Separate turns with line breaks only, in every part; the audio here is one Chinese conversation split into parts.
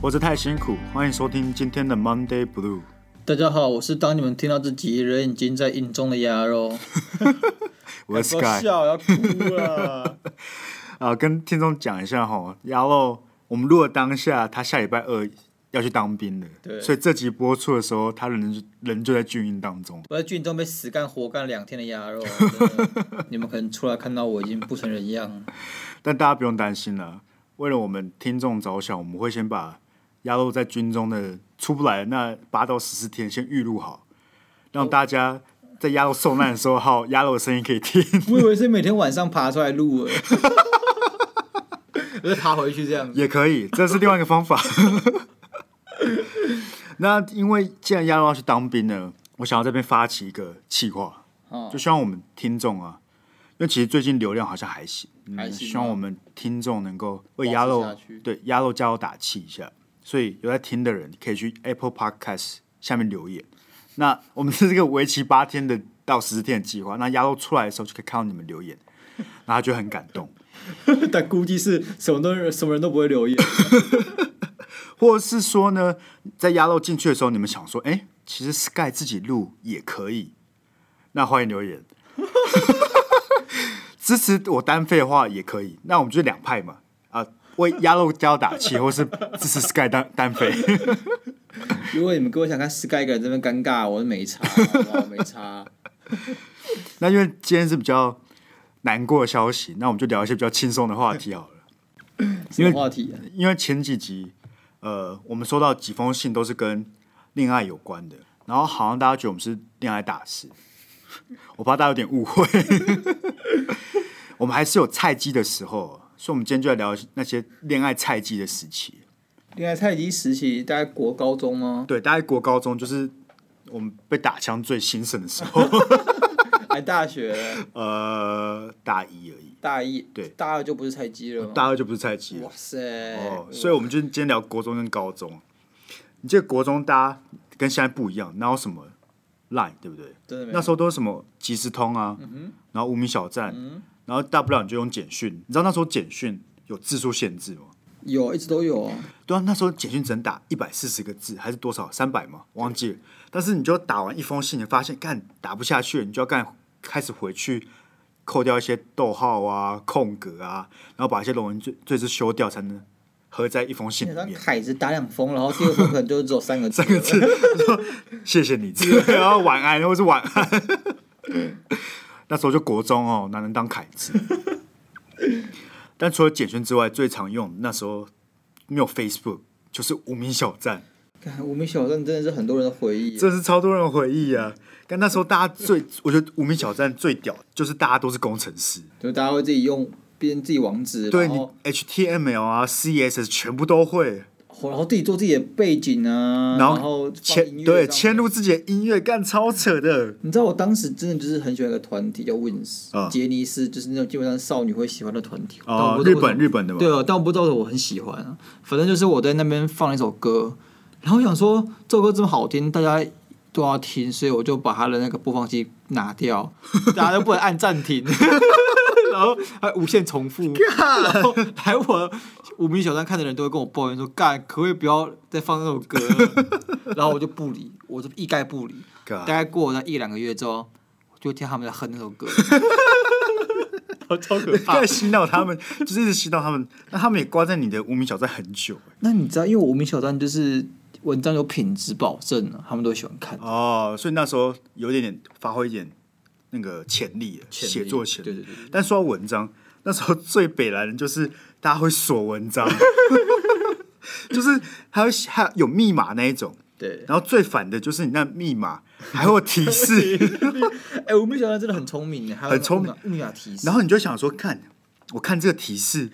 活着太辛苦，欢迎收听今天的 Monday Blue。
大家好，我是当你们听到这集人已经在印中的鸭肉，
我 是
不
Sky
笑要哭了。
啊、跟听众讲一下哈，然后我们录的当下，他下礼拜二要去当兵的，
对
所以这集播出的时候，他人人就在军营当中。
我在军中被死干活干两天的鸭肉，真的你们可能出来看到我已经不成人样了。
但大家不用担心了，为了我们听众着想，我们会先把鸭肉在军中的出不来的那八到十四天先预录好，让大家在鸭肉受难的时候，还有鸭肉的声音可以听。
我以为是每天晚上爬出来录了， 我就爬回去这样子。
也可以，这是另外一个方 法。那因为既然亚龙要去当兵了，我想要这边发起一个企划，
哦
就希望我们听众啊，因为其实最近流量好像还行，
还
嗯，
行吗
希望我们听众能够为
保持
鸭肉
下去
对鸭肉加油打气一下。所以有在听的人可以去 Apple Podcast 下面留言。那我们是这个为期八天的到十天的计划，那鸭肉出来的时候就可以看到你们留言，然后他就会很感动。
但估计是什么都什么人都不会留言。
或者是说呢，在鸭肉进去的时候，你们想说，哎、其实 Sky 自己录也可以，那欢迎留言， 支持我单飞的话也可以，那我们就两派嘛，啊、为鸭肉加油打气， 或是支持 Sky 单单飞，
如果你们各位想看 Sky 一个人这边尴尬，我是没差，好不好我没差。
那因为今天是比较难过的消息，那我们就聊一些比较轻松的话题好了。
什么话题啊？
因为前几集，呃，我们收到几封信都是跟恋爱有关的，然后好像大家觉得我们是恋爱大师， 我怕大家有点误会。 我们还是有菜鸡的时候，所以我们今天就来聊那些恋爱菜鸡的时期。
恋爱菜鸡时期大概国高中吗？
对，大概国高中就是我们被打枪最兴盛的时候，
还大学了
呃，大一而已，
大一，
对
大二就不是菜鸡了吗？
大二就不是菜鸡了
哇。塞！
哦，所以我们就今天聊国中跟高中。你记得国中大家跟现在不一样，哪有什么 Line 对不对？
真的没
那时候都是什么即时通啊，然后无名小站，然后大不了你就用简讯。你知道那时候简讯有字数限制吗？
有，一直都有啊。
对啊，那时候简讯只能打一百四十个字，还是多少三百嘛，忘记了。但是你就打完一封信，你发现干打不下去了，你就要干开始回去扣掉一些逗号啊、空格啊，然后把一些龙文最最字修掉，才能合在一封信
基
里
本上
面。
凯子打两封，然后第二封可能就只有三个字。三个字，
谢谢你， 然后晚安，或是晚安。 那时候就国中哦，哪能当凯子？但除了简讯之外，最常用那时候没有 Facebook，就是无名小站，
看无名小站真的是很多人的回忆。
这是超多人的回忆啊！但那时候大家最，我觉得无名小站最屌，就是大家都是工程师，
就大家会自己用编自己网址，
对
然
你
后
HTML 啊、CSS 全部都会，
然后自己做自己的背景啊，
然后
后放音
嵌
乐
对
上
嵌入自己的音乐，干超扯的。
你知道我当时真的就是很喜欢一个团体叫 Wins，、
啊
杰尼斯，就是那种基本上少女会喜欢的团体。
哦
但我不知道
日本
为什么
日本的吧
对啊，但我不知道为什么我很喜欢啊。反正就是我在那边放了一首歌，然后我想说这首歌这么好听，大家都要听，所以我就把它的那个播放器拿掉，大家都不能按暂停。 然后还无限重复，然后来我无名小站看的人都会跟我抱怨说：“干，可不可以不要再放那首歌了？” 然后我就不理，我就一概不理。
干
大概过了那一两个月之后，我就听他们在哼那首歌，超可
在。洗脑他们，就是一直洗脑他们，那他们也挂在你的无名小站很久、欸
那你知道，因为无名小站就是文章有品质保证啊，他们都喜欢看。
哦，所以那时候有点点发挥一点那个潜力了，
潜力
写作潜力。
对对对对
但说到文章，那时候最北来的就是大家会锁文章， 就是还有还有密码那一种。
对，
然后最烦的就是你那密码还会有提 示，
哎、无名小站真的很聪明耶，还有
很聪明
密码密码提啊示
然。后你就想说，看我看这个提示，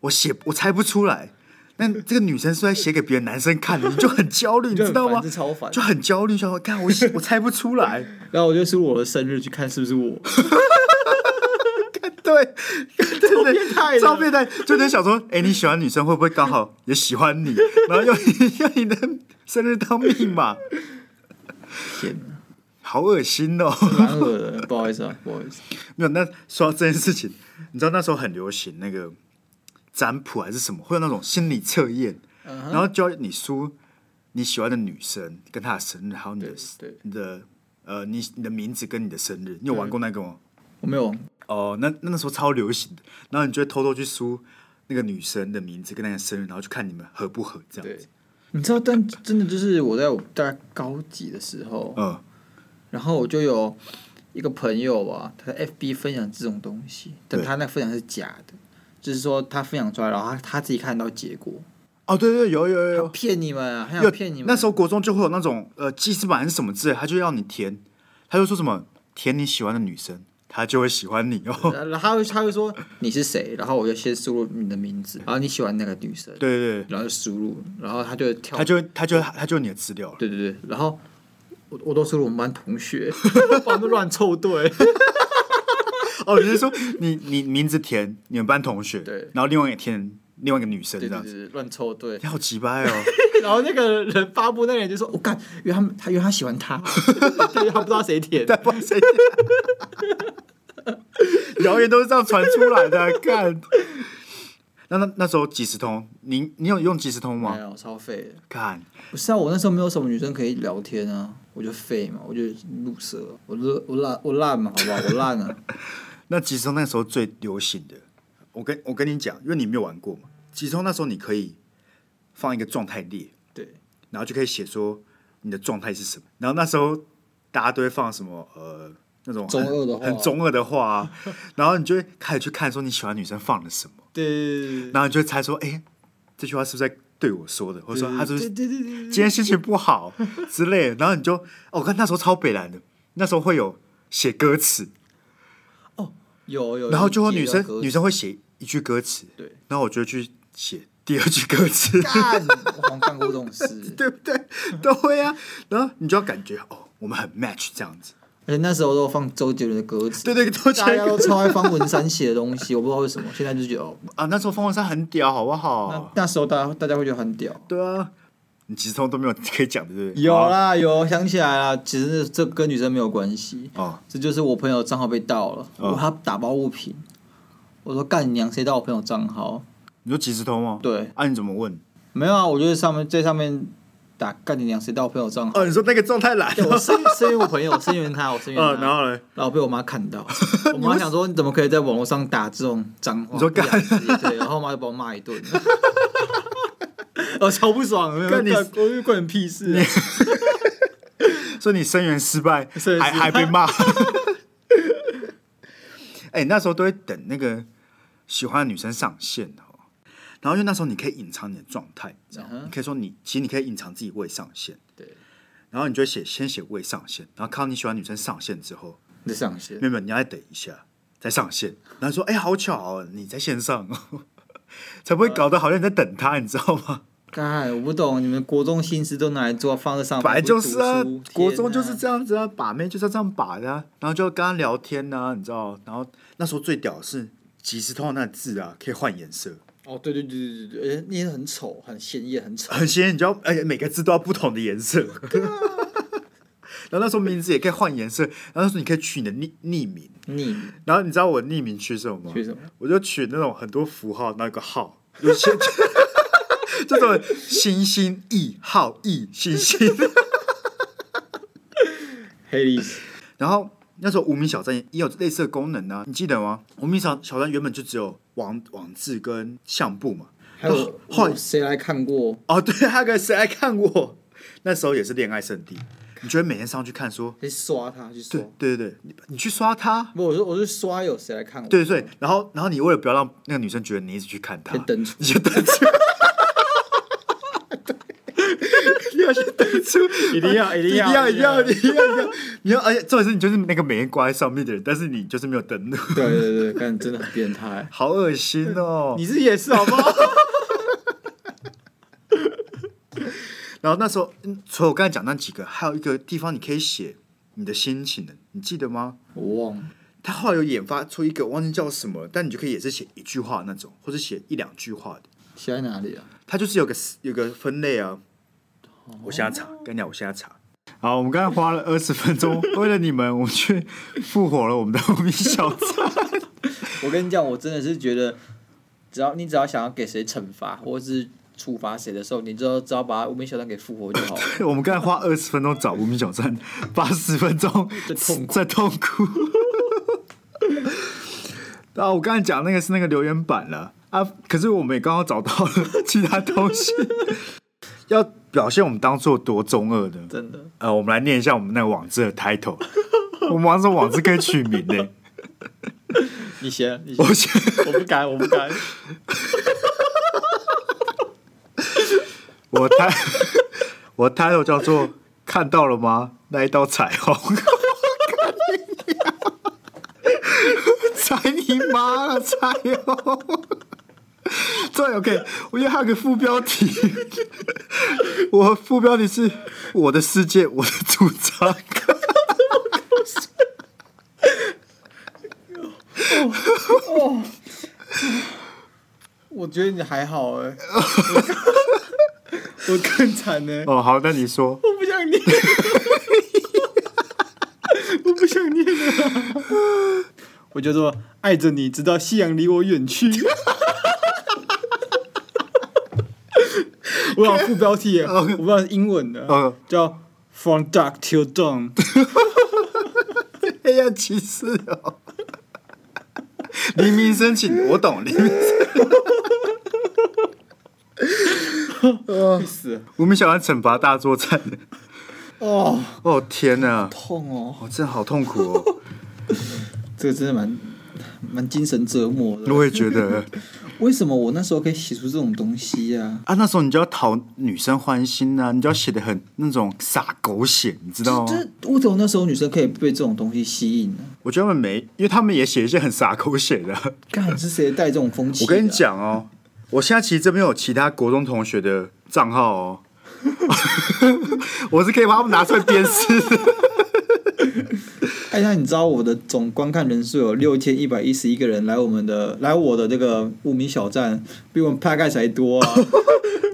我写我猜不出来。那这个女生是在写给别的男生看的，你就很焦虑，你
就
知
很
道吗？
烦这超烦
就很焦虑，想说，看我写我猜不出 来。
然后我就输入我的生日去看是不是我，
对， 对对，
变态的
超变态，就在想说，哎、你喜欢女生会不会刚好也喜欢 你？然后用你用你的生日当密码，
天哪！
好恶心哦。
蛮恶的，不好意思啊，不好意思。
没有，那说到这件事情，你知道那时候很流行那个占卜还是什么，会有那种心理测验，
嗯
然后就要你输你喜欢的女生跟她的生日，还有你的
对对
你的呃你你的名字跟你的生日，你有玩过那个吗？
我没有，
哦，那那时候超流行的，然后你就会偷偷去输那个女生的名字跟那个生日，然后去看你们合不合这样
对
子。，
你知道，但真的就是我在我大概高几的时候，
嗯，
然后我就有一个朋友啊，他在 FB 分享这种东西，但
对
他那分享是假的，就是说他分享出来，然后他他自己看到结果，
哦，对对，有有有
他
有
骗你们啊，他
有
想骗你们。
那时候国中就会有那种呃记事本还是什么之类，他就要你填，他就说什么填你喜欢的女生，他就会喜欢你哦。
然后他会他会说你是谁，然后我就先输入你的名字，然后你喜欢那个女生，
对对对，
然后就输入，然后他就跳，
他就他就他就有你的资料了。
对对对，然后我我都输入我们班同 学，不然都乱凑对。
哦，你是说你你名字填你们班同学，
对
然后另外一个填另外一个女生这
对对
样子，
对，乱凑对
你。好奇葩哦。
然后那个人发布那个人就说：“我、干，原来他他原来他喜欢他， 对，他不知道谁填。”
不好意思谣言都是这样传出来的，干。那那那时候即时通，你你有用即时通
没
吗？
有，超废的。
看，
不是啊，我那时候没有什么女生可以聊天啊，我就废嘛，我就入蛇，我就我烂我烂嘛，好不好？我烂啊。
那即时通那时候最流行的，我跟我跟你讲，因为你没有玩过嘛，即时通那时候你可以放一个状态列，
对，
然后就可以写说你的状态是什么。然后那时候大家都会放什么呃那种很
中二的话
很中二的话、啊，然后你就会开始去看说你喜欢女生放了什么。
对对
然后你就会猜说，哎、这句话是不是在对我说的？或者说他是不是
对对对对，
今天心情不好之类的？然后你就，哦，我看那时候超北蓝的，那时候会有写歌词，
有有。
然后就会
有
女
接
生
到歌
女生会写一句歌词，
对，
然后我就会去写第二句歌词，
干，我好像干过这种事。
对不 对？都会啊，然后你就要感觉哦，我们很 match 这样子，
而且那时候都有放周杰伦的歌词，
对对，都觉
大家
得
都超爱放文山写的东西，我不知道为什么，现在就觉得哦，
啊，那时候方文山很屌，好不
那
好？
那时候大家大家会觉得很屌。
对啊，你其实通都没有可以讲的，对不对？
有啊
好
啦有，想起来了，其实这跟女生没有关系，
哦，
这就是我朋友账号被盗了，
哦
我他打包物品，我说干你娘，谁盗我朋友账号？
你说即时通吗？
对，
啊，你怎么问？
没有啊，我就是上面在上面打干你娘，谁盗我朋 友账号？
哦，你说那个状态来
对我
了，
声声援我朋友，我声援他，我声援他，
嗯，然后嘞，
然后被我妈看 到，我妈想说你怎么可以在网络上打这种脏话？
你说
不雅之言对，然后我妈就把我骂一顿， 我超不爽，没有
干你
干关于关你屁事啊、
所以你声援失败，
声援
还
失败
还被 骂。哎、那时候都会等那个喜欢的女生上线哦，然后因为那时候你可以隐藏你的状态，你知道
嗯
吗？
哼
你可以说你其实你可以隐藏自己未上线，
对，
然后你就会写先写未上线，然后看到你喜欢的女生上线之后，
你在上线
没有没有，你要等一下再上线， 然后说哎、好巧哦，你在线上哦， 才
嗯
不会搞得好像你在等她，你知道吗？
干，我不懂你们国中心思都拿来做放在上面，
本来就是啊
不读书，
国中就是
天
这样子啊，把妹就是要这样把的、啊，然后就跟他聊天呐、你知道，然后那时候最屌的是即时通那字啊，可以换颜色，
哪哦，对对对对对，而且念得很丑，很鲜艳，很丑。
很鲜艳，你就要而且每个字都要不同的颜色。 然后那时候名字也可以换颜色，然后那时候你可以取你的匿匿名，
你
然后你知道我匿名取什么吗？
取什么？
我就取那种很多符号那个号， 有些这种星星意号意星星。
黑历史，
然后那时候无名小站也有类似的功能啊，你记得吗？无名小小站原本就只有网网志跟相簿嘛。
还有
哦后来
有谁来看过？
哦，对，还有个谁来看我？那时候也是恋爱圣地，你就会每天上去看说，
去刷他，去刷
对。对对对，你你去刷他，
不，我说我是刷有谁来看我？
对对对，然后然后你为了不要让那个女生觉得你一直去看她
先，登出
你就登 出。你要去登出，
一定 要一定
一定
要
要，一
一
定
定
要，
要
一定要，一定要你要，而且重点是你就是那个每天挂在上面的人，但是你就是没有登录，
对对对，干真的很变态。
好恶心哦！
你自己也是好不好？
然后那时候，嗯除了我刚才讲那几个，还有一个地方你可以写你的心情的，你记得吗？
我忘了，
他后来有研发出一个，我忘记叫什么，但你就可以也是写一句话那种，或者写一两句话的。
写在哪里啊？
它就是有个有个分类啊。我现在查，跟你讲，我现在查。好，我们刚才花了二十分 钟，为了你们，我们去复活了我们的无名小站。
我跟你讲，我真的是觉得，只要你只要想要给谁惩罚或是处罚谁的时候，你只要只要把无名小站给复活就好了。
我们刚才花二十分钟找无名小站，八十分钟
在痛
在痛苦。啊，我刚才讲那个是那个留言板了啊，可是我们也刚好找到了 其他东西，要表现我们当做多中二的。
真的，
呃，我们来念一下我们那个网志的 title，我 们网志网志可以取名呢。
你先，你先
我，先
我不敢，我不敢。
我 t 我 title 叫做“看到了吗？那一道彩虹”， 彩你妈了彩虹！对，OK，我觉得还有个副标题，我副标题是“我的世界，我的主张”。
我觉得你还好 哎、我我更惨欸呢、
哦，好，那你说，
我不想念， 我不想念了。我叫做爱着你，直到夕阳离我 远去。我想副标题耶，
哦
我不知道是英文的
嗯，
叫 From Dark Till Dawn。
黑暗骑士哦，黎明申请，我懂黎明。哦
去死了！
我们想要惩罚大作战，
哦，
哦天哪！
痛哦，
哦，真的好痛苦哦！
这个真的蛮蛮精神折磨的。
我也觉得
为什么我那时候可以写出这种东西呀、
啊，那时候你就要讨女生欢心啊，你就要写的很那种洒狗血，你知道吗
就？是为什么那时候女生可以被这种东西吸引呢、
我觉得他们没，因为他们也写一些很洒狗血的。
干是谁带这种风气、
我
啊
跟你，讲哦，我现在其实这边有其他国中同学的账号哦， 我是可以把他们拿出来鞭尸的。
哎，那你知道我的总观看人数有六千一百一十一个人来我们的来我的这个无名小站，比我们 p a 才多啊！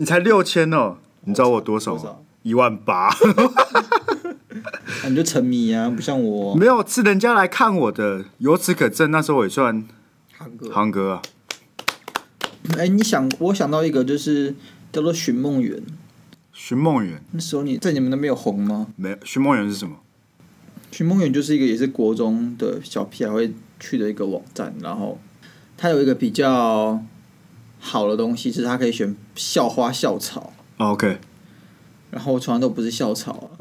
你才六千哦，你知道我多少吗
多少？
一万八，
啊你就沉迷啊，不像我
没有是人家来看我的。由此可证，那时候我也算
韩哥。
航哥啊。
哎，你想，我想到一个就是叫做寻梦园，
寻梦园
那时候你在你们那边有红吗？
没有？寻梦园是什么？
寻梦园就是一个也是国中的小屁孩会去的一个网站，然后它有一个比较好的东西，就是它可以选校花、校草，
哦 OK，
然后我从来都不是校草啊、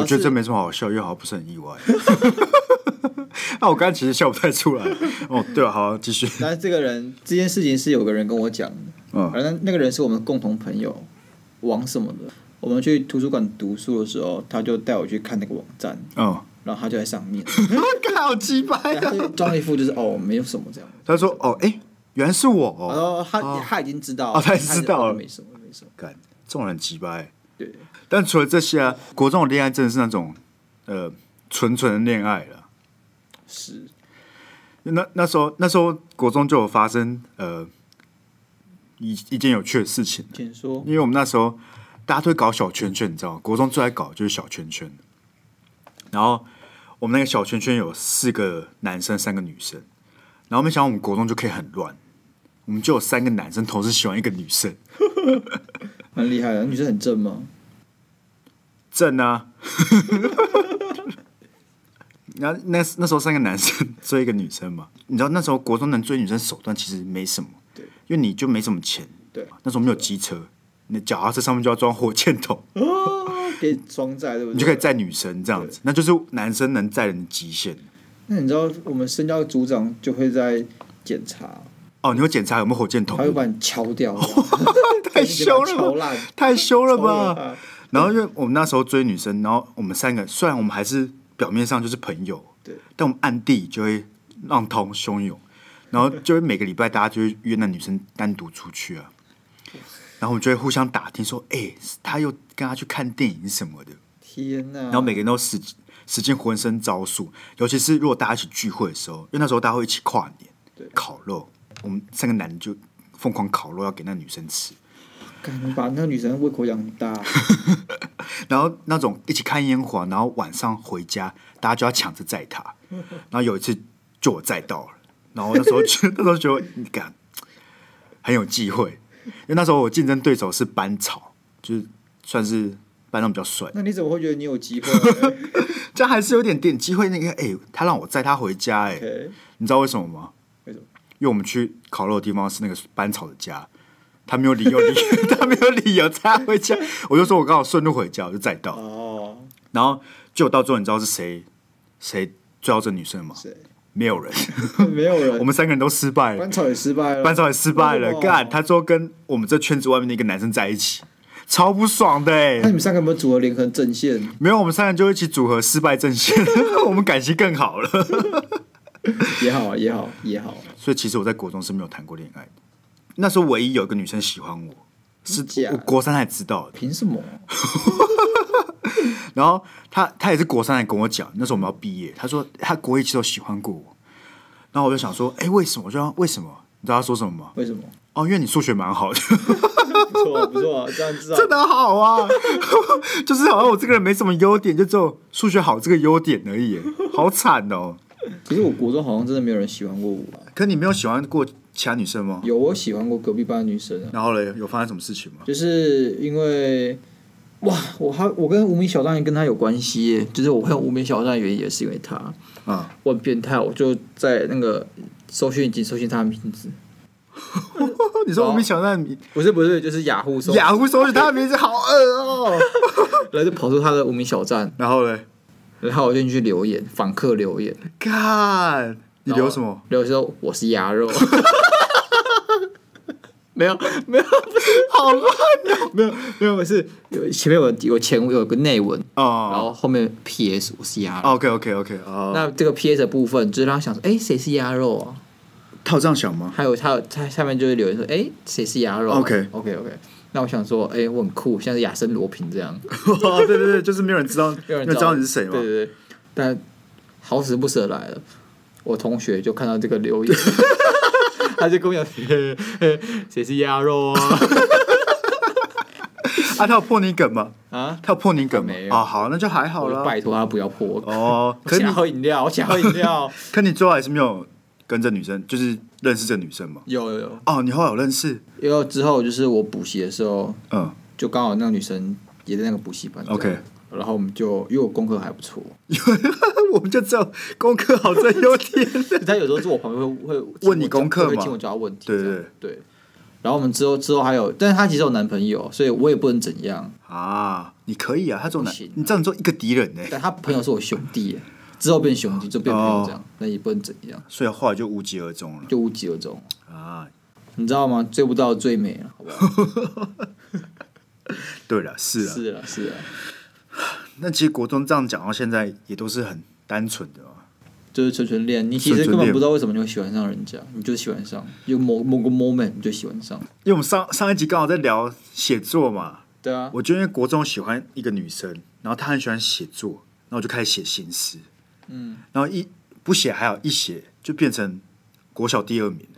我
后
觉得
是
这没什么好笑，又好像不是很意外。 那、我刚才其实笑不太出来。哦，对啊，好，继续。
但是这个人这件事情是有个人跟我讲的，
嗯，
而那那个人是我们共同朋友，王什么的。我们去图书馆读书的时候，他就带我去看那个网站，
嗯，
然后他就在上面，
看好鸡掰
他
啊！
就装了一副就是哦没有什么这样，
他说：“哦，哎、原来是我
然
哦。
后他、他已经知道了，
哦他已经知道了
就哦没什么没什么，”
干，这种人很鸡掰。
对。
但除了这些啊，国中的恋爱真的是那种呃纯纯的恋爱了。
是，
那那时候那时候国中就有发生呃一一件有趣的事情，
请说。
因为我们那时候大家都会搞小圈圈，你知道吗？国中最爱搞就是小圈圈。然后我们那个小圈圈有四个男生，三个女生。然后没想到我们国中就可以很乱，我们就有三个男生同时喜欢一个女生，
蛮厉害的，女生很正吗？
正啊。 然后那那时候三个男生追一个女生嘛，你知道那时候国中能追女生手段其实没什么，
对，
因为你就没什么钱，
对，
那时候没有机车，你的脚踏车上面就要装火箭筒，
哦可以装载，对不对？
你就可以。载女生这样子，那就是男生能载人的极限。
那你知道我们身教组长就会在检查，
哦，你会检查有没有火箭筒
他？会把你敲掉，
太羞
哎把你敲
了吧！
烂，
太羞了吧！
啊！
然后因为我们那时候追女生，然后我们三个虽然我们还是表面上就是朋友，
对，
但我们暗地就会浪涛汹涌，然后就会每个礼拜大家就会约那女生单独出去啊，然后我们就会互相打听说，哎、他又跟他去看电影什么的，
天哪！
然后每个人都使使尽浑身招数，尤其是如果大家一起聚会的时候，因为那时候大家会一起跨年，
对
烤肉，我们三个男的就疯狂烤肉要给那女生吃，
干你把那个女生胃口养很大，
然后那种一起看烟火，然后晚上回家，大家就要抢着载他。然后有一次就我载到了，然后那时候觉那时候觉得你敢很有机会，因为那时候我竞争对手是班草，就是算是班上比较帅，
那你怎么会觉得你有机会
这还是有点点机会。那个哎、他让我载他回家、哎、
？OK，
你知道为什么吗？
为什么？
因为我们去烤肉的地方是那个班草的家，他没有理由理 他没有理由载他回家，我就说我刚好顺路回家，我就载到。
哦，
然后就到最后，你知道是谁谁追到这女生吗？
谁？
没有 人，
没有人，
我们三个人都失败了
班，草也失败了，
班超也失败
为
了
什。么
干，他最后跟我们这圈子外面的一个男生在一起，超不爽的、
那
欸。
你们三个有没有组合联合阵线？
没有，我们三个人就一起组合失败阵线， 我们感情更好了。
也好啊，也好，也好。
所以其实我在国中是没有谈过恋爱的，那时候唯一有一个女生喜欢我，是
假的
我国三才知道的。
凭什么？啊
然后他他也是国三来跟我讲，那时候我们要毕业，他说他国一其实有喜欢过我，然后我就想说，哎、为什么？我就想为什么？你知道他说什么吗？
为什么？
哦，因为你数学蛮好的，
不错啊，不错啊，这样知道
真的好啊，就是好像我这个人没什么优点，就只有数学好这个优点而已，好惨哦。
可是我国中好像真的没有人喜欢过我、啊，
可你没有喜欢过其他女生吗？
有我喜欢过隔壁班的女生啊，
然后嘞，有发生什么事 情吗？
就是因为哇，我还我跟无名小站也跟她有关系耶，就是我看无名小站的原因也是因为她，
啊、
我很变态，我就在那个搜寻引擎搜寻她的名字，
你说我
啊
没想到你
不是不是，就是雅虎搜，然
雅虎搜索他的名字好恶哦。
后就跑出她的无名小站，
然后嘞，
然后我就进去留言，访客留言，
看你留什么？？
留说我是鸭肉。没有，没有，
好乱
没有，没有，是有前面有有前有个内文，然
哦。
后后面 PS 我是鸭肉。
OK OK OK 哦，
那这个 PS 的部分就是让他想说，哎、谁是鸭肉啊？
他有这样想吗？
还有他有他下面就会留言说，哎、谁是鸭肉啊、
OK
OK OK。那我想说，哎、我很酷，像是亚森罗平 这样，
对对对，就是没有人知道，没 有
没有
人
人
知道你是谁吗？
对对对。但好死不死来了，我同学就看到这个留言， 他就跟我讲，嘿嘿谁是鸭肉啊？
啊，他有破你梗吗？
啊，
他有破你梗吗
没？有
哦，好，那就还 好
我就
了。
拜托他不要破我。
哦，
我
可是
想
你
要喝饮料，我想要喝饮料。
可你最后还是没有跟这女生，就是认识这女生吗？
有有有，
哦，你后来有认识？
因为之后就是我补习的时候，
嗯
就刚好那个女生也在那个补习班。
，OK，
然后我们就因为我功课还不 错，
我们就只有功课好这优 点。
她有时候坐我旁边会会
问你功课嘛
会听我教问题，
对
这样对。然后我们之后之后还有，但是她其实有男朋友，所以我也不能怎样。
啊，你可以啊，他做男
不行，
你这样做一个敌人呢、
但她朋友是我兄弟耶，之后变兄弟就变朋友
哦
这样，那、也不能怎样，
所以后来就无疾而终了
就无疾而终。
啊。
你知道吗？追不到最美了，好不好？
对了， 是啊，
是啊，是啊，
那其实国中这样讲到现在也都是很单纯的嘛。
就是纯纯恋。你其实根本不知道为什么你会喜欢上人家，你就喜欢上，有某某个 moment 你就喜欢上。
因为我们上上一集刚好在聊写作嘛，
对啊，
我就因为国中喜欢一个女生，然后她很喜欢写作，然后我就开始写新诗，嗯，然后一不写还好，一写就变成国小第二名了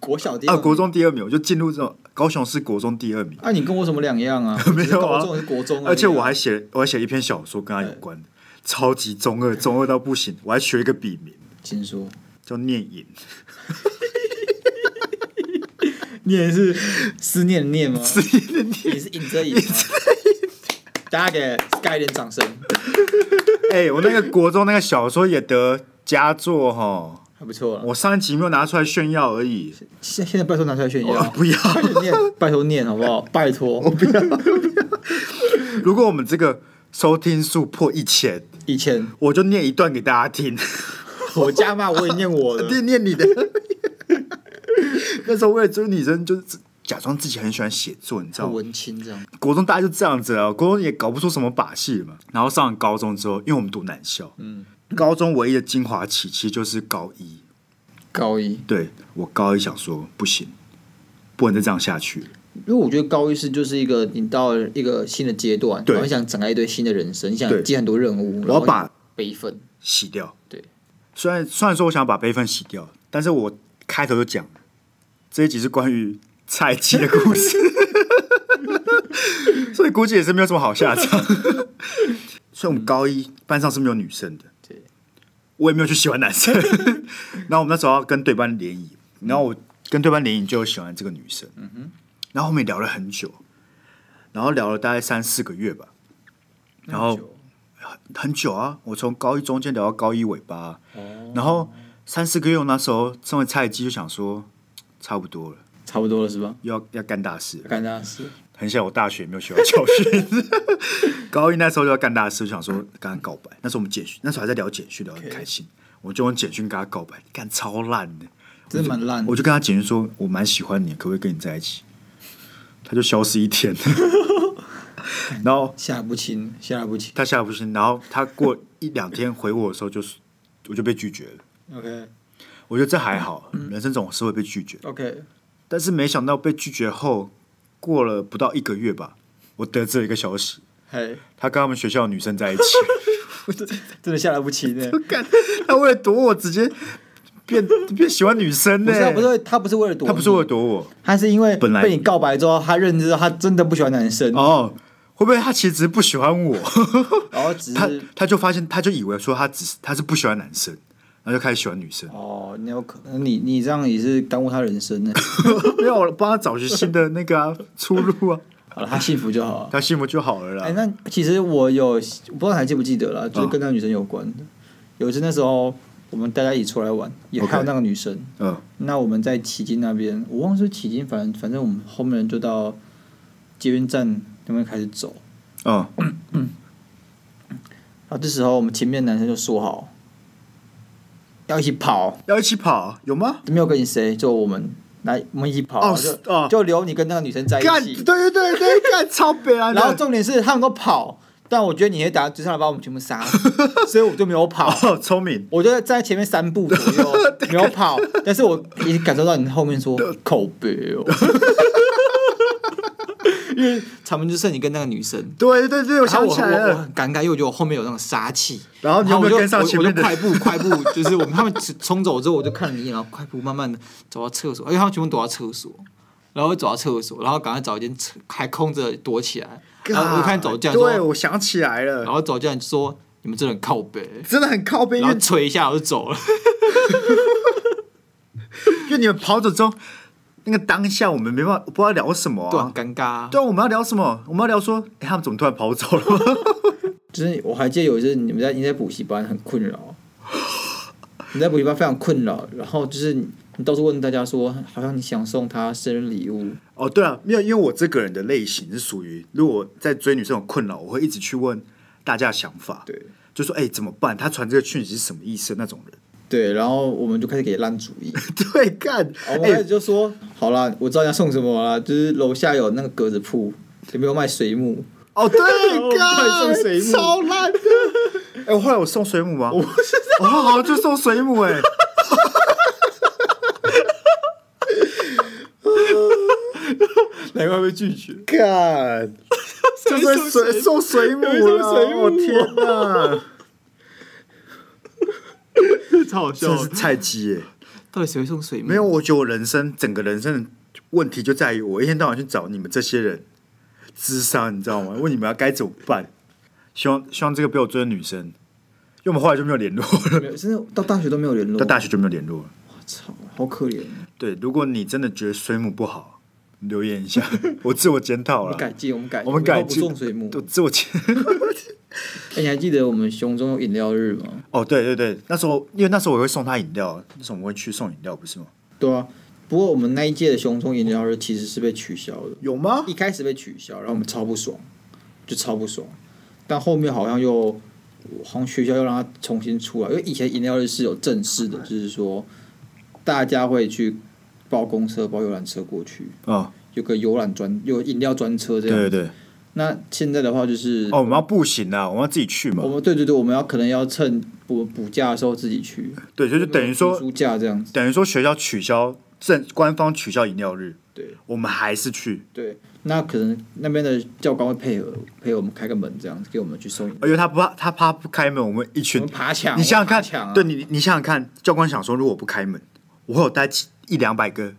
国小第
啊，国中第二名，我就进入这种高雄市国中第二名，
啊，你跟我什么两样啊？
没有啊
我只是高中是国中已啊，
而且我还写我还写一篇小说跟她有关的，超级中二，中二到不行，我还学一个笔名
请说，
叫念影，
你也是思念的念吗？
自己的念
你是尹遮影吗？大家给 Sky 一点掌声，
哎，我那个国中那个小说也得佳作哈，
还不错了。
我上一集没有拿出来炫耀而已，
现现在拜托拿出来炫耀，
不要。
快点念，拜托念好不好？拜托，
如果我们这个收听数破一千，
以前
我就念一段给大家听，
我家骂我也念我的，
念 念你的。那时候为了追女生，就是假装自己很喜欢写作，你知道
很
吗？
文青这样。
国中大家就这样子啊，国中也搞不出什么把戏嘛。然后上了高中之后，因为我们读男校，嗯，高中唯一的精华期其实就是高一。
高一，
对我高一想说不行，不能再这样下去了。
因为我觉得高一是就是一个你到了一个新的阶段，
对
然后你想展开一堆新的人生，你
对
想接很多任务，
我要把
悲愤，
洗掉。
对，
虽然虽然说我想把悲愤洗掉，但是我开头就讲了，这一集是关于菜鸡的故事。 所以估计也是没有什么好下场。 所以我们高一班上是没有女生的，
对，
我也没有去喜欢男生。然后我们那时候要跟对班联谊，然后我跟对班联谊就有喜欢这个女生，嗯哼，然后后面聊了很久，然后聊了大概三四个月吧，然后很久啊，我从高一中间聊到高一尾巴啊、然后三四个月，我那时候身为菜鸡就想说，差不多了，
差不多了是吧？
要要干大事了。
干大事，
很像我大学没有学到教训， 高一那时候就要干大事，就想说跟他告白。那时候我们简讯，那时候还在聊简讯，聊得很开心。我就用简讯跟他告白，干超烂的。
真的蛮烂的
我。就跟他简讯说，我蛮喜欢你，可不可以跟你在一起？他就消失一天， 然后
下不清，下不清。
他下不去，然后他过一两天回我的时候，就是我就被拒绝了。
OK
我觉得这还好，人生总是会被拒绝。
OK，
但是没想到被拒绝后，过了不到一个月吧，我得知了一个消息，
嘿，
他跟他们学校的女生在一起。
真的下不清呢。
干，他为了躲我，直接 变变喜欢女生
不
呢、
是啊，不是他不是为了躲你，
他不是为了躲我
他是因为
本来
被你告白之后，他认知到他真的不喜欢男生，
哦，会不会他其实只是不喜欢我？
然后只
他
是
他就发现，他就以为说他只是他是不喜欢男生，然后就开始喜欢女生。
哦，你有可能你你这样也是耽误他人生呢。
没有，我帮他找寻新的那个、 啊、出路啊，
好了，他幸福就好了。
他幸福就好了
哎、
啦。
那其实我有我不知道你还记不记得了，就是
嗯
跟那个女生有关的。有一次那时候我们大家一起出来玩，也
OK
还有那个女生。
嗯，
那我们在旗津那边，我忘了是旗津，反正反正我们后面就到捷运站那边开始走。
嗯，
然后这时候我们前面的男生就说好要一起跑，
要一起跑有吗？
没有跟你 say，就我们来我们一起跑，
哦
就是
哦
就留你跟那个女生在
干，
一
对
起。
对对对，干 超北啊！
然后重点是他们都跑，但我觉得你也打只上来把我们全部杀了， 所以我就没有跑。
哦，聪明，
我就在站在前面三步左 右，没有跑，但是我已经感受到你后面说口碑 哦，因为
场面就剩你跟那个女生。
对对对，我
然后
想
我
起
我
来
我
了，
很尴尬，因为我觉得我后面有那种杀气。
然后你有没
我
有
就
跟上
我
前面
我就
的
快步快步，就是我们他们冲走之后，我就看了一眼，然后快步慢慢的走到厕所，因为他们全部躲到厕所，然后我走到厕所，然后赶快找一间厕还空着躲起来。然后我看走进来
对
说，
我想起来了
然，后走进来说你们真的很靠北，
真的很靠背，因
然后
为
捶一下我就走了。
因为你们跑走之后，那个当下我们没办法，我不知道聊什么、
对啊，
啊
很。尴尬啊。
对啊，我们要聊什么？我们要聊说，哎、他们怎么突然跑走 了？
就是我还记得有一次你们在你在补习班很困 扰，你在补习班非常困扰，然后就是你你到处问大家说，好像你想送他生日礼物，
哦，对啊，没有，因为我这个人的类型是属于，如果在追女生有困扰，我会一直去问大家的想法，
对
就说，哎、怎么办？他传这个讯息是什么意思？那种人，
对，然后我们就开始给烂主 意，哦
对，干，
哦
然后我
哎、
们开始就说，好啦，我知道你要送什么啦，就是楼下有那个格子铺，里面有卖水母，
哦，对，
我们送水
干，
母
超烂的。哎、我后来我送水母吗？我不知道，哦，好，就送水母、哎，
难怪被拒绝。
干， 就是水送水母
送
了，
水母
我天哪！
超好笑
真的是菜鸡耶、
到底谁会送水母？
没有，我觉得我人生整个人生的问题就在于我一天到晚去找你们这些人智商，你知道吗？ 问你们要该怎么办？希望希望这个被我追的女生，因为我们后来就没有联络了，
没有，真的到大学都没有联络。
到大学就没有联络了。
操，好可怜，啊
对，如果你真的觉得水母不好，留言一下， 我自我检讨
我们
了
改。进，我们改，
我们改
以后不
进
种水母。
我自我检。
哎，你还记得我们熊中有饮料日吗？
哦，对对对，那时候因为那时候我会送她饮料，那时候我们会去送饮料，不是吗？
对啊，不过我们那一届的熊中饮料日其实是被取消的，
有吗
一？开始被取消，然后我们超不爽，就超不爽，但后面好像又。好像学校又让它重新出来，因为以前饮料日是有正式的，就是说大家会去包公车、包游览车过去，
哦，
有个游览专、有饮料专车这
对对
样。
对。
那现在的话就是
哦，我们要步行啊，我们要自己去嘛
我。们对对对，我们要可能要趁补补假的时候自己去，
对，所以就等于说
暑假这样子。
等于说学校取消正官方取消饮料日，
对
我们还是去，
对，那可能那边的教官会配合配合我们开个门这样子，给我们去收银。
而且哦他不怕他怕不开门，我们一
我
群
们，爬墙，
你想想看，
我们爬墙啊、
对你你想想看，教官想说，如果我不开门，我会有带几一两百个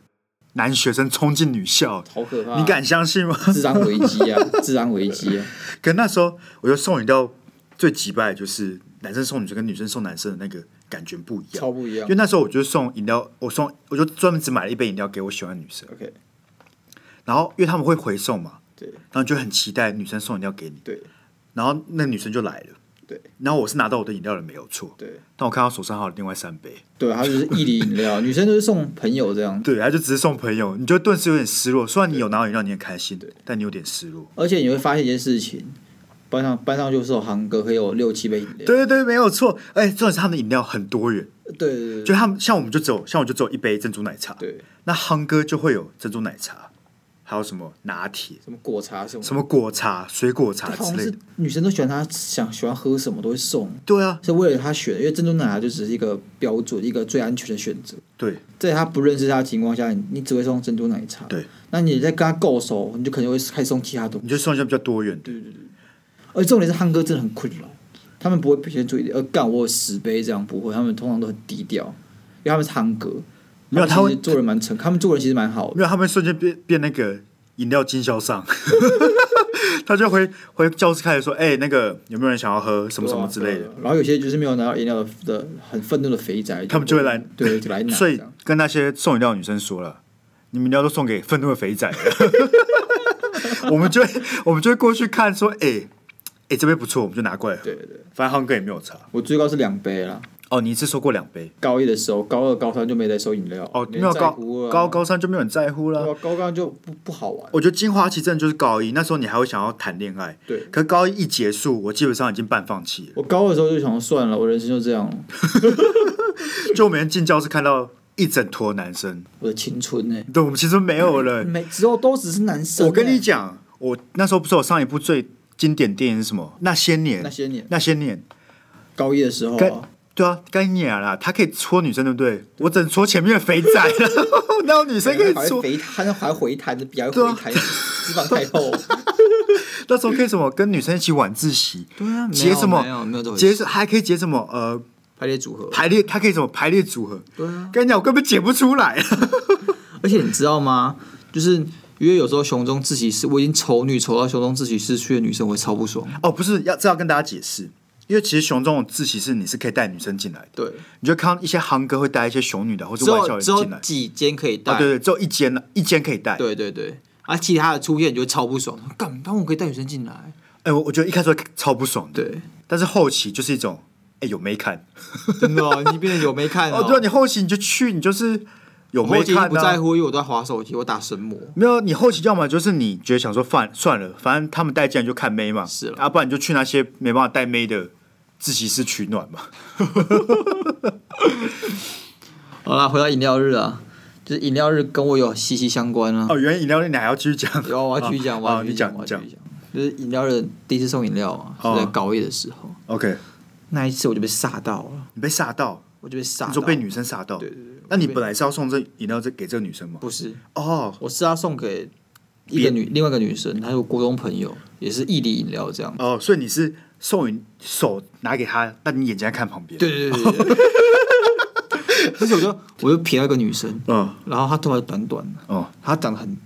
男学生冲进女校，
好可怕！
你 敢相信吗？
治安危 机啊，治安危机啊！
可那时候我就送你到最击败，就是男生送女生跟女生送男生的那个感觉不一
超
样。
不一样
因为。那时候我就送饮料，我送我就专门只买了一杯饮料给我喜欢的女生，
OK，
然后因为他们会回送嘛，
对
然后你就很期待女生送饮料给你，
对
然后那女生就来了，
对，
然后我是拿到我的饮料了没有错，
对
但我看到手上还有另外三杯，
对，还有就是一礼饮料，女生就是送朋友这样，
对，他就只是送朋友，你就顿时有点失落。虽然你有拿到饮料，你很开心，但你有点失落。
而且你会发现一件事情，班上班上就是有韩哥，可以有六七杯饮料。
对对对，没有错。哎，重点是他们的饮料很多元，
对对
就
对
他们像我们就只有像我就只有一杯珍珠奶茶，
对，
那夯哥就会有珍珠奶茶，还有什么拿铁、
什么果茶什么，
什么果茶、水果茶
好
之
像
类
是
的。
女生都喜欢他，想喜欢喝什么都会送，
对啊，
是为了他选，因为珍珠奶茶就只是一个标准，一个最安全的选择。
对
在他不认识他的情况下，你你只会送珍珠奶茶。
对，
那你在跟他够熟，你就可能会开始送其他东西。
你就送一些比较多元的。
而重点是汉哥真的很困扰，他们不会表现出一点，呃，干我有十杯这样不会，他们通常都很低调，因为他们是汉哥。
没有他
他们
会
其实做人蛮诚，他们做人其实蛮好的。
没有，他们瞬间变变那个饮料经销 商，他就回回教室开始说：“哎、那个有没有人想要喝什么什么之类
对
的
啊。对啊然后有些就是没有拿到饮料的的很愤怒的肥宅，
他们就会来
对，就来拿
所
这
以
样。
跟那些送饮料的女生说了，你们饮料都送给愤怒的肥 仔了，我们就会我们就会过去看说：“哎、哎、这杯不错，我们就拿过来喝。
对对对，”
反正夯哥也没有查。
我最高是两杯啦。
哦，你一次收过两杯。
高一的时候，高二、高三就没再收饮料
哦，没
没
有高
啊
高
高
高三就没有人在乎了。
啊高高就不不好玩。
我觉得精华期真的就是高一，那时候你还会想要谈恋爱，
对，
可高一一结束，我基本上已经半放弃了。
我高二的时候就想说算了，我人生就这样了，
就我每天进教室看到一整坨男生，
我的青春呢、
对我们其实没有了。
每之后都只是男
嗯
生欸、
我跟你讲，我那时候不是我上一部最经典电影是什么？那些年，
那些年
那些年，
高一的时候、
该
啊，
对啊，该你啊啦，他可以戳女生，对不对？我只能戳前面 的肥仔了，哪有女生可以
还
戳？
肥还还回弹的，比还回
对啊
弹，脂肪太厚。
那时候可以什么跟女生一起晚自习，
对啊， 没
结
有
什么
没有没有这回
结
事，
什还可以结什么呃
排列组合，
排列，它可以什么排列组合？
对啊。
跟你讲，我根本解不出来。
而且你知道吗？就是因为有时候熊中自习室，我已经丑女丑到熊中自习室去的女生，我会超不爽。
哦，不是，要这要跟大家解释，因为其实熊中的自习室你是可以带女生进来的，
对，
你就看到一些行哥会带一些熊女的或者
只
外校
有
人
只
进
有
来。
几间可以带、
啊，对对，只有一间了，一间可以带。
对对对，啊，其他的出现你就会超不爽，干，当我可以带女生进来？
哎，我我觉得一开始会超不爽的，
对，
但是后期就是一种，哎，有没看？
真的、哦，你变得有没看、
哦，对啊，你后期你就去，你就是有
我后
没
期已
看
经不在
啊？
乎，因为我都在划手机，我打神魔。
没有，你后期要么就是你觉得想说算算了，反正他们带进来就看妹嘛，
是了
啊，不然你就去那些没办法带妹的自习室取暖嘛。
好啦，回到饮料日啊，就是饮料日跟我有息息相关啊。
哦，原来饮料店你还要继续讲？
有啊，我要继续讲，我
啊，
要
哦
继续
你
讲，
讲
我要
你
继
讲
续讲。就是饮料日第一次送饮料啊，
哦
是在高一的时候，
，OK，
那一次我就被吓到了，
你被吓到，
我就被吓
你
到
说。被女生吓到，
对对对，
那你本来是要送这饮料这给这个女生吗？
不是，
哦
我是要送给一个女另外一个女生，她是我国中朋友，也是意礼饮料这样。
哦，所以你是送饮手拿给她，但你眼睛在看旁边。，
对对对对对。 而且我就我就瞥到一个女生，
嗯，
然后她头发短短的，
哦，
她长得很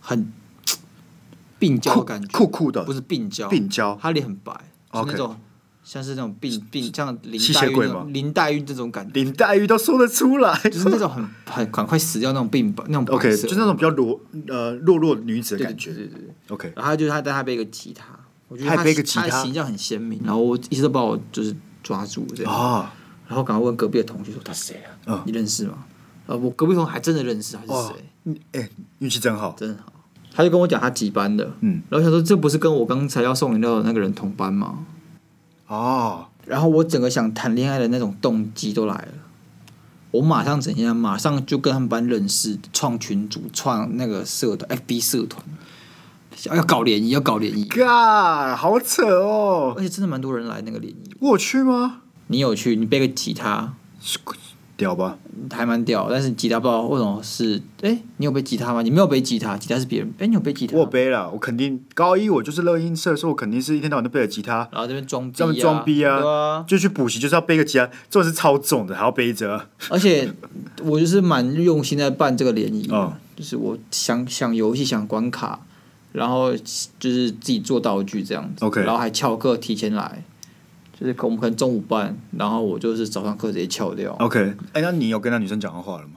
很病娇的感觉，
酷酷的，
不是病娇，
病娇
她脸很白，是
OK
那种像是那种病病像林
吸
黛
血
玉
鬼
那
吗
种林黛玉这种感觉，
林黛玉都说得出来。
就是那种很很赶快死掉那种病吧，那种白
OK，
色
就是那种比较弱呃弱弱女子的
对
感觉。
对对对对
OK，
然后他就是他，但他背一个吉他，我觉得
他
他
背一个吉
他
他
的形象很鲜明，然后我一直都把我就是抓住这样，
哦，
然后赶快问隔壁的同学说他谁啊？
嗯
你认识吗？呃，我隔壁同学还真的认识他是
哦
谁，
你哎，运气真好。
真好。他就跟我讲他几班的，
嗯，
然后我想说这不是跟我刚才要送饮料的那个人同班吗？
哦，
然后我整个想谈恋爱的那种动机都来了，我马上怎样？马上就跟他们班认识，创群组，创那个社团，FB 社团，想要搞联谊，要搞联谊。
God，好扯哦。
而且真的蛮多人来那个联谊。
我有去吗？
你有去？你背个吉他，
屌吧？
还蛮屌，但是吉他不知道为什么是，哎、你有背吉他吗？你没有背吉他，吉他是别人，哎、你有背吉他
我有，背了，我肯定高一我就是乐音社，所以我肯定是一天到晚都背着吉他，
然后这边装逼、啊，
这么装逼啊
对啊，
就去补习就是要背个吉他，这种是超重的，还要背着。
而且我就是蛮用心在办这个联谊，
嗯
就是我想想游戏想关卡，然后就是自己做道具这样子
OK
然后还翘课提前来，就是我们可能中午办，然后我就是早上课直接翘掉。
OK，哎、那你有跟那女生讲过话了吗？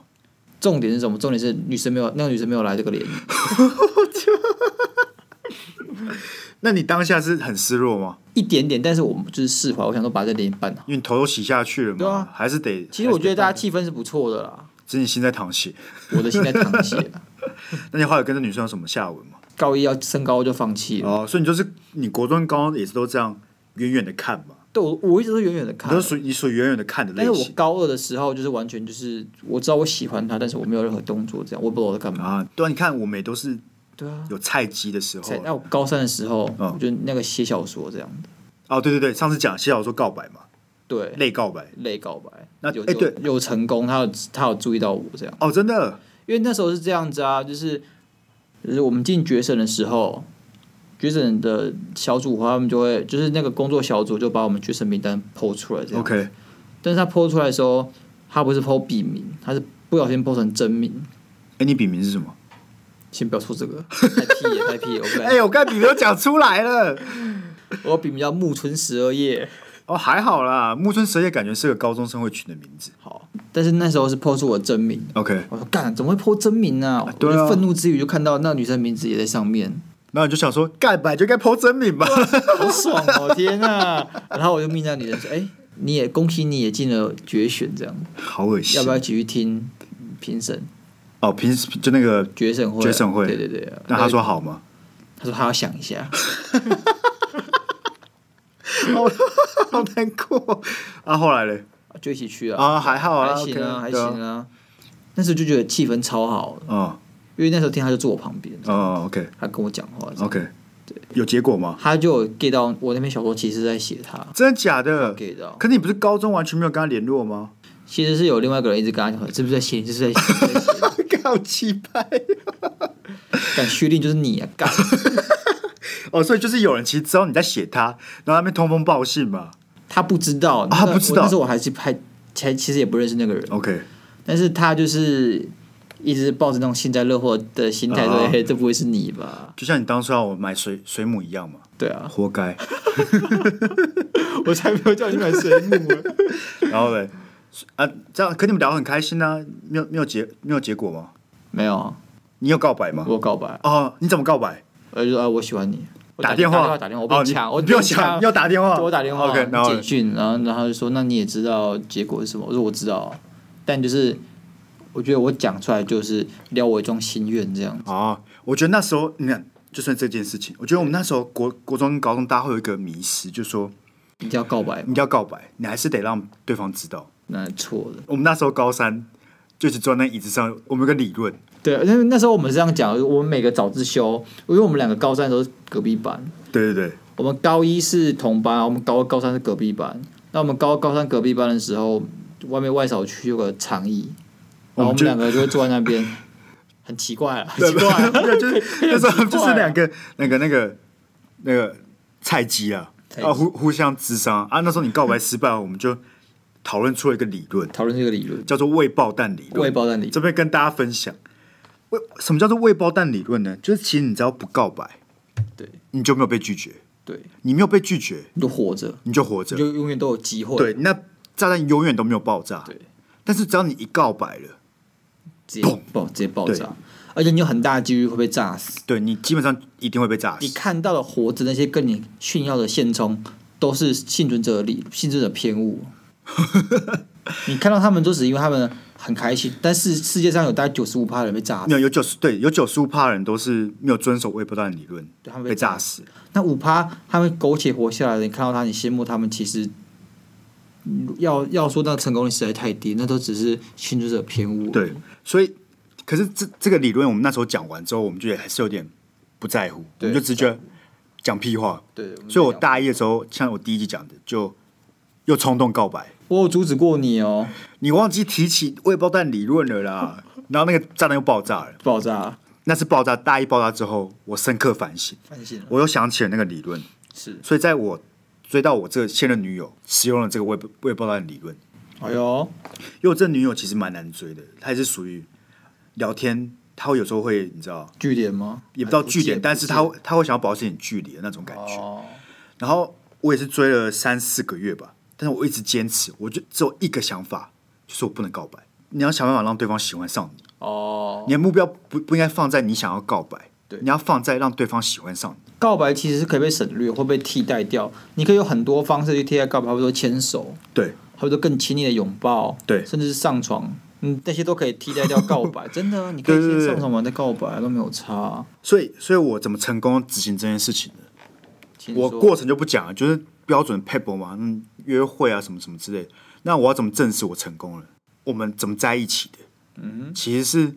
重点是什么？重点是女生没有，那个女生没有来这个联谊，
那你当下是很失落吗？
一点点，但是我们就是释怀，我想说把这联谊办好。
因为你头都洗下去了嘛，
对啊
还是得。
其实我觉得大家
还是
气氛是不错的啦，
得，只是你心在淌血。
我的心在淌血啊。
那你后来跟这女生有什么下文吗？
高一要升高就放弃了，
哦，所以你就是你国中、高中也是都这样远远的看嘛，
对我我一直都远远的
你
看
都，属于你属于远远的看的
但
类
是我
型
高二的时候就是完全就是我知道我喜欢他，但是我没有任何动作，这样我也不知道我在干嘛。
啊。对啊，你看我们也都是
对啊，
有菜鸡的时
在
候。啊
那我高三的时候，
嗯
我就那个写小说这样的，
哦，对对对，上次讲写小说告白嘛，
对，
类告白。
类告白，
那
有
哎对
有有成功，他有他有注意到我这样。
哦，真的，
因为那时候是这样子啊，就是就是我们进决审的时候，决审的小组的话，他们就会就是那个工作小组就把我们决审名单剖出来这样。
OK，
但是他剖出来的时候，他不是剖笔名，他是不小心剖成真名。
哎，你笔名是什么？
先不要说这 个，太屁了，太屁了！我不敢
哎，我刚才笔名都讲出来了。
我笔名叫木村十二夜。
哦，还好啦，木村蛇也感觉是个高中生会取的名字。
好，但是那时候是剖出我的真名。
OK，
我说干，怎么会剖真名呢、啊？
对啊
我就愤怒之余就看到那女生名字也在上面，
然后你就想说，盖白就该剖真名吧。
好爽哦！天啊！然后我就命那女人说：“哎、你也恭喜你也进了决选，这样
好恶心。
要不要继续听评审
哦，平时就那个，
决审会啊？
决审会
对对对。”
那他说，好吗？
他说他要想 一下。
好难过。啊，后来嘞？
就一起去啊。
啊，还好啊，
还行啊，还
OK，对
行啊。那时候就觉得气氛超好，
嗯
因为那时候听他就坐我旁边，
嗯，OK
他跟我讲话，
OK，有结果吗？
他就有 get 到我那篇小说其实是在写他
真的假的？
，get 到
可是你不是高中完全没有跟他联络吗？
其实是有另外一个人一直跟他讲，这不是在写你，这是在写你，这是在写
好气派
你，敢确定就是你啊，干。
哦！所以就是有人其实知道你在写他，然后他们通风报信嘛。
他不知道，
啊他
那
不知
我
道哦
那时候我还是还还其实也不认识那个人，
OK，
但是他就是一直抱着那种幸灾乐祸的心态，
啊
说：“嘿，这不会是你吧
就像你当初让我买水水母一样嘛，？”
对 啊，
活该。
我才没有叫你买水母啊。
然后嘞，啊，这样可你们聊得很开心啊，没有没有结没有结果吗？
没有啊，
你有告白吗
我？有告白，
哦，你怎么告白？
我就说：“啊，我喜欢你。”我
打电
话，
话，
打电话，
哦
我
你
被抢，我
你不用
被
抢，要打电话，
对我打电话
OK，然后
简讯，然后然后就说：“那你也知道结果是什么？”我说：“我知道啊，但就是我觉得我讲出来就是撩我一桩心愿这样。”
哦，我觉得那时候你看，就算这件事情，我觉得我们那时候国国中、高中，大家会有一个迷失，就说
一定要告白，
你要告白，你还是得让对方知道。
那错的。
我们那时候高三就是坐在那椅子上，我们有个理论，
对，那那时候我们是这样讲，我们每个早自修，因为我们两个高三都是隔壁班，
对对对，
我们高一是同班，我们高二高三是隔壁班。那我们高高三隔壁班的时候，外面外扫区有个长椅，然
我
后我
们
们
就
两个就会坐在那边，很奇怪啊，很奇怪啊，
没有就是那时候
很奇
就
怪啊
是两个那个那个那个菜鸡啊，
菜鸡
啊互互相智商啊。那时候你告白失败，我们就讨论出了一个理论，
讨论这个理论，
叫做未爆弹理论。
未爆弹理论。
这边跟大家分享，为什么叫做未爆弹理论呢？就是其实你只要不告白，
对，
你就没有被拒绝，
对，
你没有被拒绝，
你就活着，
你就活
你
着。
就永远都有机会。
对，那炸弹永远都没有爆炸。
对，
但是只要你一告白了，
直接爆，直接爆
对
炸，而且你有很大的几率会被炸死。
对你基本上一定会被炸
你
死。
看到的活着那些跟你炫耀的现充，都是幸存者的利幸存者偏误。你看到他们都只因为他们很开心，但是世界上有大概九十五趴人被炸
没
死，
有有九十对有九十五趴人都是没有遵守未爆弹理论
对他们
被
被
炸
炸
死。
那五趴他们苟且活下来的，你看到他，你羡慕他们，其实嗯要要说那个成功率实在太低，那都只是幸存者偏误。
对，所以可是这这个理论我们那时候讲完之后，我们就也还是有点不在乎，我
对
们就直觉讲屁话。
对，
所以我大一的时候，像我第一集讲的，就又冲动告白，
我有阻止过你哦，
你忘记提起未爆弹理论了啦，然后那个炸弹又爆炸了。
爆炸了，
那次爆炸，大一爆炸之后，我深刻反省，
反省了，
我又想起了那个理论，
是，
所以在我追到我这个现任女友，使用了这个未未爆弹理论。
哎呦，
因为我这女友其实蛮难追的，她也是属于聊天，她会有时候会你知道，
据点吗？
也不到
还
据点，
见
但是她会她会想要保持点距离的那种感觉。
哦，
然后我也是追了三四个月吧，但是我一直坚持，我就只有一个想法，就是我不能告白。你要想办法让对方喜欢上你，
哦，
你的目标不不应该放在你想要告白，
对
你要放在让对方喜欢上你。
告白其实是可以被省略，会被替代掉。你可以有很多方式去替代告白，比如说牵手，
对，
或者说更亲密的拥抱，
对
甚至是上床，嗯，那些都可以替代掉告 白。真的啊，你可以
对对
先
对
上床完再告白都没有差啊。
所以所以我怎么成功执行这件事情呢？
请
我
说
过程就不讲了，就是标准 paper 嘛，嗯，约会啊什么什么之类的。那我要怎么证实我成功了？我们怎么在一起的？嗯，其实是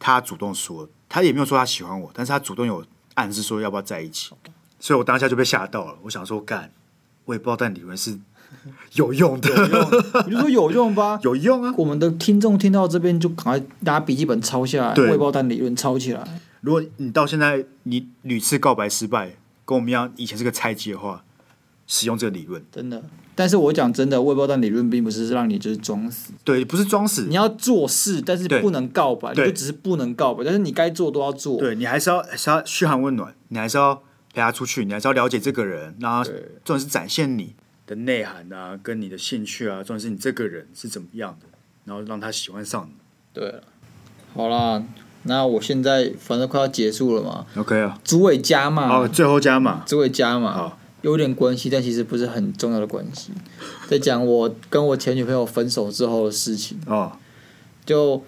他主动说，他也没有说他喜欢我，但是他主动有暗示说要不要在一起，所以我当下就被吓到了。我想说，干，我也不知道，但理论是有用的，
有用，我就说有用吧。
有用啊。
我们的听众听到这边就赶快拿笔记本抄下来，
对
未爆弹理论抄起来。
如果你到现在你屡次告白失败，跟我们一样以前是个菜鸡的话，使用这个理论，
真的。但是我讲真的，未爆弹理论并不是让你就是装死，
对，不是装死
你，要做事，但是
对
不能告白，你
对
就只是不能告白，但是你该做都要做。
对你还是要还是要嘘寒问暖，你还是要陪他出去，你还是要了解这个人，然后
对
重点是展现你的内涵啊，跟你的兴趣啊，重点是你这个人是怎么样的，然后让他喜欢上你。
对了，好啦，那我现在反正快要结束了嘛，
OK 啊，
主委加嘛
好，，最后加码，
主委加嘛
好，
有点关系，但其实不是很重要的关系。在讲我跟我前女朋友分手之后的事情，
哦，
就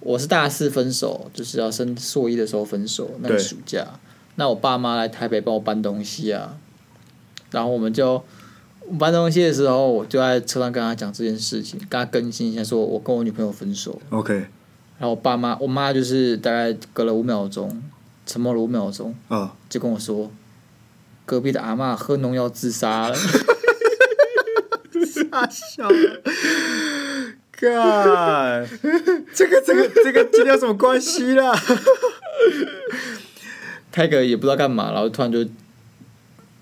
我是大四分手，就是要升硕一的时候分手，那个
对
暑假，那我爸妈来台北帮我搬东西啊，然后我们就我搬东西的时候，我就在车上跟他讲这件事情，跟他更新一下，说我跟我女朋友分手。
OK，
然后我爸妈，我妈就是大概隔了五秒钟，沉默了五秒钟，
哦，
就跟我说，隔壁的阿嬷喝农药自杀了。
大笑。干，这个这个这个今天有什么关系啦？
泰哥也不知道干嘛，然后突然就，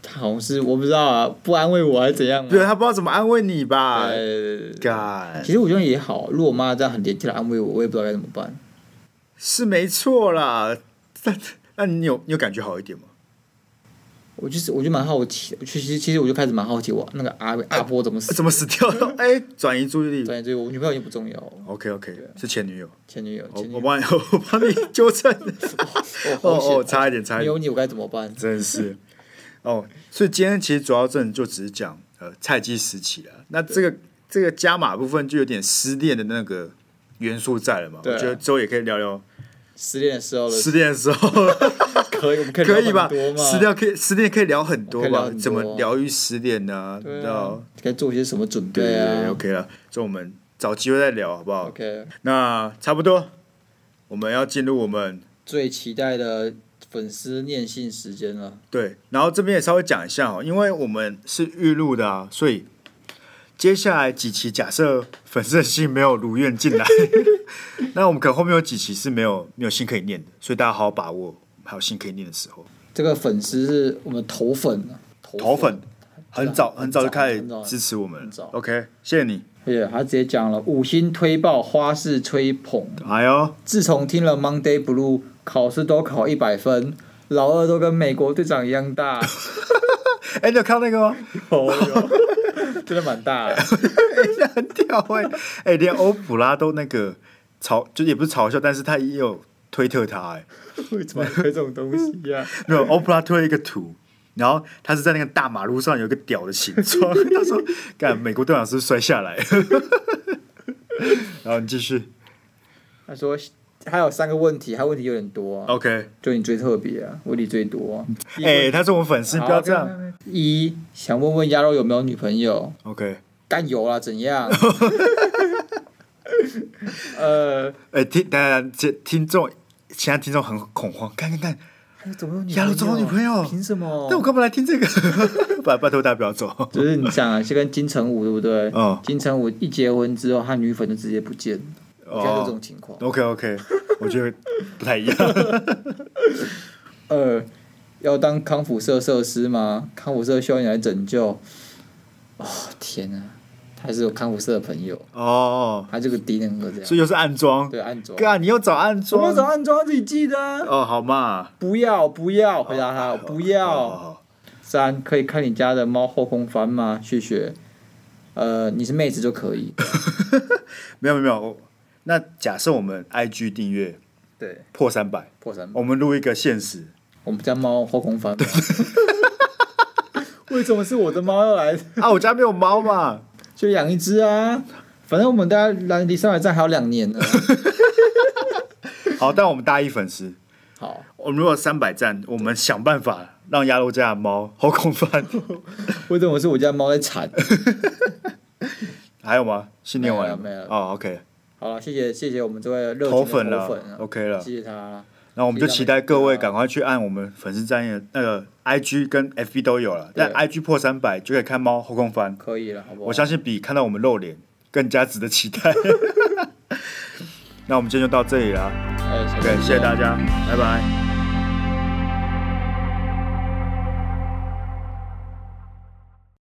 他好像是我不知道啊，不安慰我还是怎样嘛。啊
对他啊不知道怎么安慰你吧？
呃，
干
其实我觉得也好，如果我妈这样很廉价的安慰我，我也不知道该怎么办。
是没错啦，但那你有你有感觉好一点吗？
我就是，我就蛮好奇的，其实其实我就开始蛮好奇我那个阿阿波怎么死，
怎么死 掉了？哎，转移注意力。
对对，我女朋友也不重要，
OK OK，是前女友。
前女友，
我
前女
我
友，
帮你，我帮你纠 正。
我
哦
好险
哦，差一点，差一
没
点
有，你我该怎么办？
真是。哦，所以今天其实主要正就只是讲呃菜鸡时期了。那这个这个加码部分就有点失恋的那个元素在了嘛？
对啊
我觉得之后也可以聊聊
失恋的时候的
失恋的时候，
可以，我们 可以
可
聊
以吧？
很多嘛
失恋可以失恋可以聊很多
可以聊
吧
很？多啊
怎么疗愈失恋呢？
对
到
啊，该做些什么准
对
备啊
o k 了，所以我们找机会再聊好不好
？OK，
那差不多，我们要进入我们
最期待的粉丝念信时间了，
对，然后这边也稍微讲一下哦，因为我们是预录的啊，所以接下来几期假设粉丝的信没有如愿进来， 那我们可能后面有几期是没有没有信可以念的，所以大家好好把握还有信可以念的时候。
这个粉丝是我们头粉啊，
头粉很早
很
很
早
早就开始
很早
支持我们
很早
了，OK，谢谢你。
而且他直接讲了五星推爆，花式吹捧。
哎呦，
自从听了 Monday Blue，考试都考一百分，老二都跟美国队长一样大，
哎，你有看到那个吗？
哦哟 真的蛮大的。
哎，很屌哎、哎，连欧普拉都那个嘲，就也不是嘲笑，但是他也有推特他哎、
为什么会有这种东西呀、
没有，欧普拉推了一个图，然后他是在那个大马路上有一个屌的形 状，他说：“干，美国队长是不是摔下来。” 然后你继续
他说还有三个问题，他问题有点多、啊，
，OK，
就你最特别啊，问题最多、啊。
哎、他是我们粉丝，
好
不要这样。。
一想问问鸭肉有没有女朋友？
OK，
干有啦，怎 样？呃，
哎、听，大家这听众，其他听众很恐慌，看看看，
哎怎么有女
亚
朋
洲
友？
找女朋友
凭什么？
但我干嘛来听这个？ 拜拜托大家不要走。
就是你想啊，就跟金城武对不对？
嗯
金城武一结婚之后，他女粉就直接不见了，
哦
现在就这种情况。
OK OK，我觉得不太一 样。
二，要当康复社设施吗？康复社需要你来拯救。哦天啊，他是有康复社的朋友，
哦，
他这个敌人和这
所以
样，
又是暗装。
对啊暗装。
干，你又找暗
什么
装？
找暗装自己记得啊、
哦，好嘛。
不要不要，回答
哦
他不
好
要。
好好
三，可以看你家的猫后空翻吗？谢谢。呃，你是妹子就可以。
没有没有没有。我那假设我们 IG 订阅
对，
破三百，
破三
我们录一个现实，
我们家猫后空翻吗。 为什么是我的猫要来？
啊，我家没有猫嘛，
就养一只啊。反正我们大家来离上海站还有两年 呢。
好，但我们大一粉丝，
好，
我们如果三百赞，我们想办法让鸭肉家的猫后空翻。
为什么是我家猫在铲？
还有吗？新年完
没有了没有
哦，OK，
好了，谢谢谢谢我们这位热情的
投
猴
粉
粉
了
啊
o k 了。
谢谢他。
那我们就期待各位
谢谢大
赶
家
快去按我们粉丝专业那个 IG 跟 FB 都有了，
对
但 IG 破三百就可以看猫后空翻，
可以了，好不好？
我相信比看到我们露脸更加值得期 待。那我们今天就到这里了，
哎，
OK，谢谢大
家，
家，拜拜。